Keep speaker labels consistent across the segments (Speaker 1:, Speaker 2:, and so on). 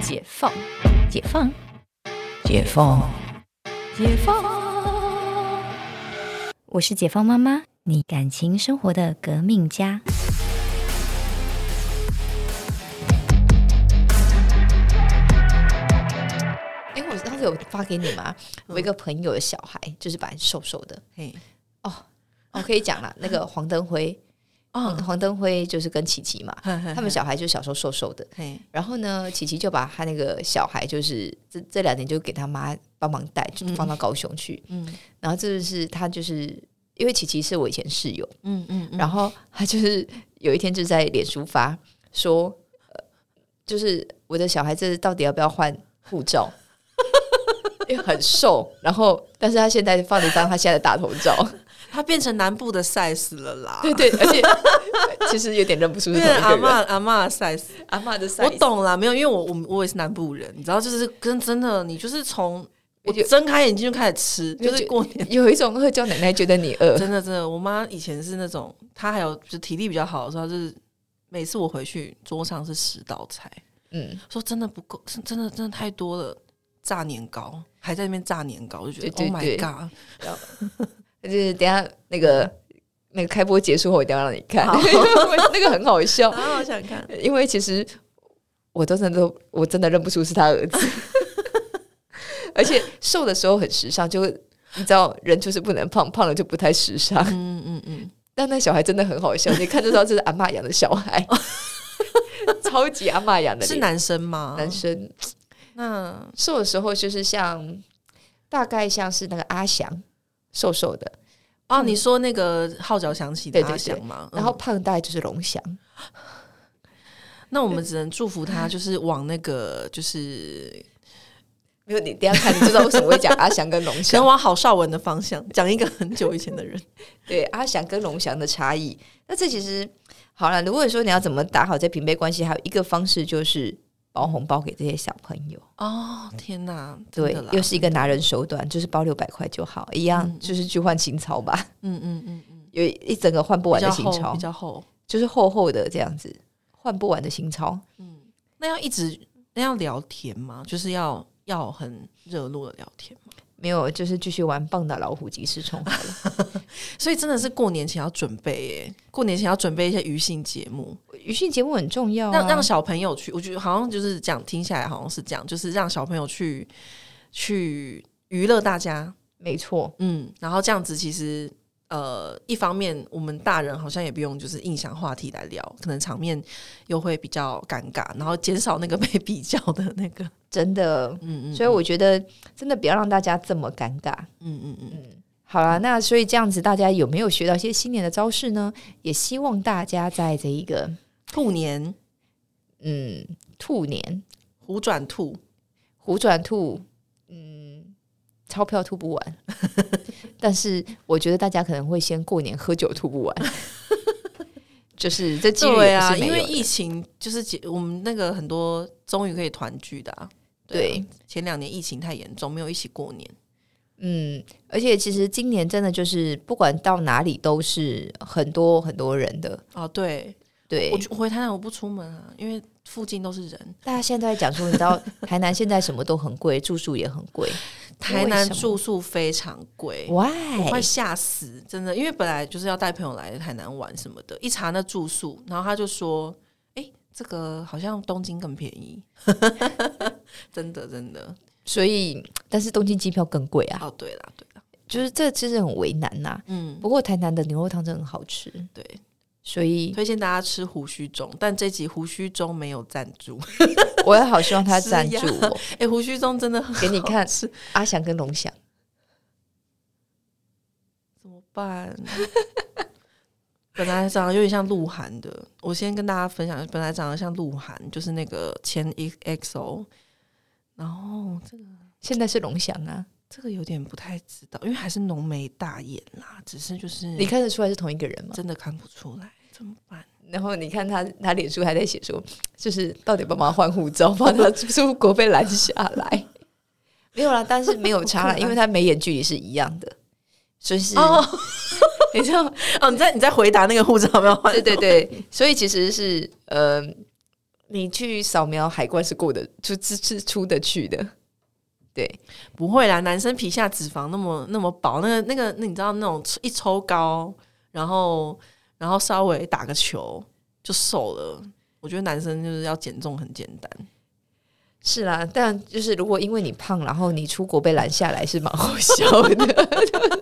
Speaker 1: 解放，解放，解放，解放。
Speaker 2: 我是解放妈妈，你感情生活的革命家。
Speaker 1: 哎、我当时有发给你吗？
Speaker 2: 嗯
Speaker 1: 我一个朋友的小孩，就是白瘦瘦的，
Speaker 3: 嘿，
Speaker 1: 哦，我可以讲啦，那个黄登辉，
Speaker 3: 哦，
Speaker 2: 嗯
Speaker 1: 黄登辉就是跟琪琪嘛，他们小孩就小时候瘦瘦的，
Speaker 3: 嘿，
Speaker 1: 然后呢，琪琪就把他那个小孩，就是这这两年就给他妈帮忙带，就放到高雄去。
Speaker 3: 嗯
Speaker 1: 然后这就是他就是因为琪琪是我以前室友，
Speaker 3: 嗯嗯，嗯
Speaker 1: 然后他就是有一天就在脸书发说，呃，就是我的小孩子到底要不要换护照？因为很瘦，然后但是他现在放了一张他现在的大头照，
Speaker 3: 他变成南部的 size 了啦，
Speaker 1: 对对，而且其实有点认不出是
Speaker 3: 变
Speaker 1: 同一
Speaker 3: 成阿
Speaker 1: 个人。
Speaker 3: 嬷阿嬷的 size。
Speaker 1: 阿妈的 size
Speaker 3: 我懂啦，没有，因为我我们我也是南部人，你知道，就是跟真的，你就是从
Speaker 1: 我
Speaker 3: 我
Speaker 1: 就
Speaker 3: 睁开眼睛就开始吃，就是过年。
Speaker 1: 有一种会叫奶奶觉得你饿，
Speaker 3: 真的真的，我妈以前是那种，她还有就是体力比较好的时候，她就是每次我回去桌上是十道菜，
Speaker 1: 嗯，
Speaker 3: 说真的不够，是真的真的太多了，炸年糕还在那边炸年糕，我就觉得
Speaker 1: 对对
Speaker 3: Oh
Speaker 1: 对
Speaker 3: my God，
Speaker 1: 就是等一下那个那个开播结束后，我一定要让你看，因为 那个很好笑，
Speaker 3: 啊，好想看，
Speaker 1: 因为其实我都真的都我真的认不出是他儿 子，而且瘦的时候很时尚，就会你知道人就是不能胖，胖了就不太时尚。
Speaker 3: 嗯嗯嗯，
Speaker 1: 但那小孩真的很好笑，你看就知道这是阿妈养的小孩， 超级阿妈养的，
Speaker 3: 哦是男生吗？
Speaker 1: 男，生
Speaker 3: 那
Speaker 1: 瘦的时候就是像大概像是那个阿翔瘦瘦的，
Speaker 3: 哦，你说那个号角响起的
Speaker 1: 对对
Speaker 3: 阿
Speaker 1: 对
Speaker 3: 翔吗？
Speaker 1: 然后
Speaker 3: 嗯
Speaker 1: 胖大概就是龙翔。
Speaker 3: 那我们只能祝福他，就是往那个就是
Speaker 1: 没有，你等一下看，你就知道为什么会讲阿翔跟龙
Speaker 3: 可能
Speaker 1: 翔。
Speaker 3: 往郝邵文的方向，讲一个很久以前的人，
Speaker 1: 对，阿翔跟龙翔的差异。那这其实好了，如果说你要怎么打好这平辈关系，还有一个方式就是包红包给这些小朋友。
Speaker 3: 哦，天哪，真
Speaker 1: 对
Speaker 3: 的啦，
Speaker 1: 又是一个拿人手短，就是包六百块就好，一样、
Speaker 3: 嗯
Speaker 1: 就是去换新钞吧，
Speaker 3: 嗯嗯嗯嗯，
Speaker 1: 有一整个换不
Speaker 3: 比
Speaker 1: 完
Speaker 3: 较
Speaker 1: 的新
Speaker 3: 厚，
Speaker 1: 钞
Speaker 3: 比，较厚，
Speaker 1: 就是厚厚的这样子，换不完的新钞。
Speaker 3: 那要一直那要聊天吗？就是要要很热络的聊天吗？
Speaker 1: 没有，就是继续玩棒打老虎及时 虫好了。
Speaker 3: 所以真的是过年前要准备耶，过年前要准备一些娱性节目，
Speaker 1: 余训节目很重要、啊，
Speaker 3: 让让小朋友去，我觉得好像就是这样，听下来好像是这样，就是让小朋友去去娱乐大家，
Speaker 1: 没错，
Speaker 3: 嗯，然后这样子其实。呃，一方面我们大人好像也不用就是硬想话题来聊，可能场面又会比较尴尬，然后减少那个被比较的那个，
Speaker 1: 真的。
Speaker 3: 嗯嗯，
Speaker 1: 所以我觉得真的不要让大家这么尴尬。
Speaker 3: 嗯嗯嗯，
Speaker 1: 好啦，那所以这样子，大家有没有学到一些新年的招式呢？也希望大家在这一个
Speaker 3: 兔年
Speaker 1: 嗯兔年
Speaker 3: 虎转兔，
Speaker 1: 虎转兔，嗯，钞票吐不完， 但是我觉得大家可能会先过年喝酒吐不完， 就是这几率
Speaker 3: 对
Speaker 1: 也不
Speaker 3: 啊，
Speaker 1: 是
Speaker 3: 因
Speaker 1: 没
Speaker 3: 为
Speaker 1: 有的。
Speaker 3: 疫情就是解我们那个很多终于可以团聚的、啊。啊，前两年疫情太严重，没有一起过年。
Speaker 1: 嗯，而且其实今年真的就是不管到哪里都是很多很多人的，
Speaker 3: 哦，对，
Speaker 1: 对
Speaker 3: 我，我回台南我不出门啊，因为附近都是人。
Speaker 1: 大家现在在讲说，你知道 台南现在什么都很贵，住宿也很贵
Speaker 3: 台南
Speaker 1: 为什么
Speaker 3: 住宿非常贵，我快
Speaker 1: ，why？
Speaker 3: 吓死！真的，因为本来就是要带朋友来台南玩什么的，一查那住宿，然后他就说：“哎、这个好像东京更便宜。” 真的，真的。
Speaker 1: 所以，但是东京机票更贵啊，
Speaker 3: 哦，对啦，对啦，
Speaker 1: 就是这其实很为难呐、
Speaker 3: 嗯，
Speaker 1: 不过台南的牛肉汤真的很好吃，
Speaker 3: 对。
Speaker 1: 所以
Speaker 3: 推荐大家吃胡须中，但这集胡须中没有赞助。
Speaker 1: 我也好希望他赞助
Speaker 3: 是
Speaker 1: 我，
Speaker 3: 哎、胡须中真的很
Speaker 1: 给你看
Speaker 3: 是
Speaker 1: 阿翔跟龙翔。
Speaker 3: 怎么办？ 本来长得有点像鹿晗的，我先跟大家分享，本来长得像鹿晗，就是那个前 EXO，然后这个
Speaker 1: 现在是龙翔啊，
Speaker 3: 这个有点不太知道，因为还是浓眉大眼啦，只是就是
Speaker 1: 你看得出来是同一个人吗？
Speaker 3: 真的看不出来，怎么办？
Speaker 1: 然后你看他，他脸书还在写说，就是到底帮忙换护照，帮他 出国被拦下 来。没有啦，但是没有差啦，因为他眉眼距离是一样的，所以是、
Speaker 3: 哦
Speaker 1: 你知 道，
Speaker 3: 哦，你在你在回答那个护照有没有换？
Speaker 1: 对对对，所以其实是呃，你去扫描海关是过的，就是是出得去的。对，
Speaker 3: 不会啦，男生皮下脂肪那么那么薄，那个那个，那你知道那种一抽高，然后然后稍微打个球就瘦了。我觉得男生就是要减重很简单，
Speaker 1: 是啦，但就是如果因为你胖，然后你出国被拦下来，是蛮好笑的。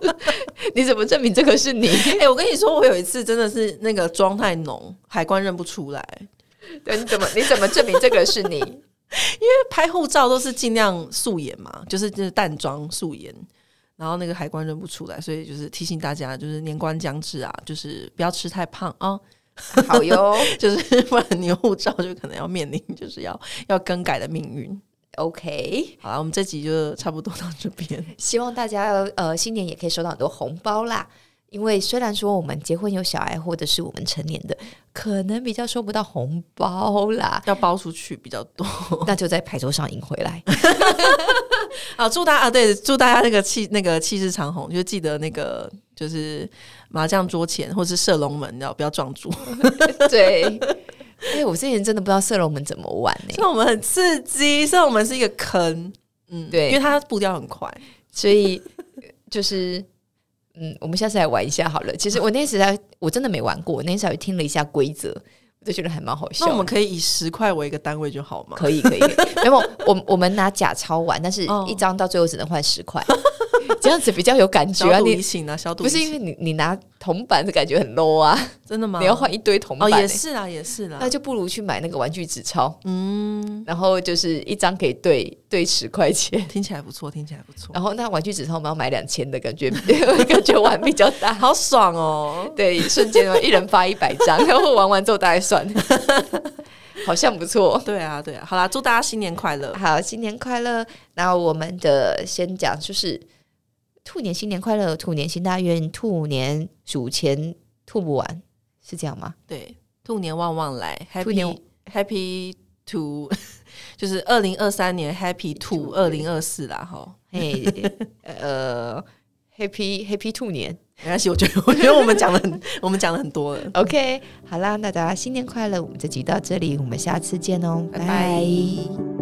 Speaker 1: 你怎么证明这个是你？
Speaker 3: 哎、我跟你说，我有一次真的是那个妆太浓，海关认不出来。
Speaker 1: 对，你怎么你怎么证明这个是你？
Speaker 3: 拍护照都是尽量素颜嘛，就是就是淡妆素颜，然后那个海关认不出来，所以就是提醒大家，就是年关将至啊，就是不要吃太胖啊、
Speaker 1: 好哟
Speaker 3: 就是不然你的护照就可能要面临就是要要更改的命运。
Speaker 1: ，OK。
Speaker 3: 好了，我们这集就差不多到这边。
Speaker 1: 希望大家呃新年也可以收到很多红包啦。因为虽然说我们结婚有小孩，或者是我们成年的，可能比较收不到红包啦，
Speaker 3: 要包出去比较 多
Speaker 1: 那就在牌桌上赢回 来。
Speaker 3: 啊！祝大家啊，对，祝大家那个气那个气势长虹，就记得那个就是麻将桌前或是射龙门，要不要撞住？
Speaker 1: 对，哎、我之前真的不知道射龙门怎么玩欸呢、
Speaker 3: 射龙门很刺激，射龙门是一个坑，嗯，
Speaker 1: 对
Speaker 3: 因为它步调很快，
Speaker 1: 所以就是，嗯，我们下次来玩一下好了。其实我那时还我真的没玩过，我那时还听了一下规则，我就觉得还蛮好笑
Speaker 3: 那
Speaker 1: 的。
Speaker 3: 我们可以以十块为一个单位就好吗？
Speaker 1: 可以可以，没有我我们拿假钞玩，但是
Speaker 3: 哦
Speaker 1: 一张到最后只能换十块， 这样子比较有感觉
Speaker 3: 小
Speaker 1: 啊。
Speaker 3: 赌怡
Speaker 1: 你
Speaker 3: 情啊，小赌
Speaker 1: 不
Speaker 3: 怡
Speaker 1: 是因
Speaker 3: 情，
Speaker 1: 为你你拿铜板的感觉很 low 啊，
Speaker 3: 真的吗？
Speaker 1: 你要换一堆铜
Speaker 3: 哦，
Speaker 1: 板、欸，
Speaker 3: 也是啦，也是啦
Speaker 1: 那，就不如去买那个玩具纸钞，
Speaker 3: 嗯，
Speaker 1: 然后就是一张可以兑兑十块 钱。
Speaker 3: 听起来不错，听起来不错
Speaker 1: 然，后那玩具纸钞我们要买两千的感觉， 感觉玩比较大。
Speaker 3: 好爽哦！
Speaker 1: 对，瞬间哦，一人发一百张，然后玩完之后大概算，好像不错。
Speaker 3: 对啊，对啊，好啦，祝大家新年快乐！
Speaker 1: 好，新年快乐！那我们的先讲就是兔年新年快乐，兔年新大愿，兔年数钱吐不完，是这样吗？
Speaker 3: 对，兔年旺旺来
Speaker 1: 兔
Speaker 3: ，Happy
Speaker 1: 年
Speaker 3: Happy to，就是 二零二三年 Happy to 二零二四啦，哈。
Speaker 1: 嘿，呃，Happy Happy 兔年
Speaker 3: 没关系，我觉得我觉得我们讲的很，我们讲的很多了。
Speaker 1: ，OK，好啦，那大家新年快乐！我们这集到这里，我们下次见哦，
Speaker 3: 拜拜
Speaker 1: 拜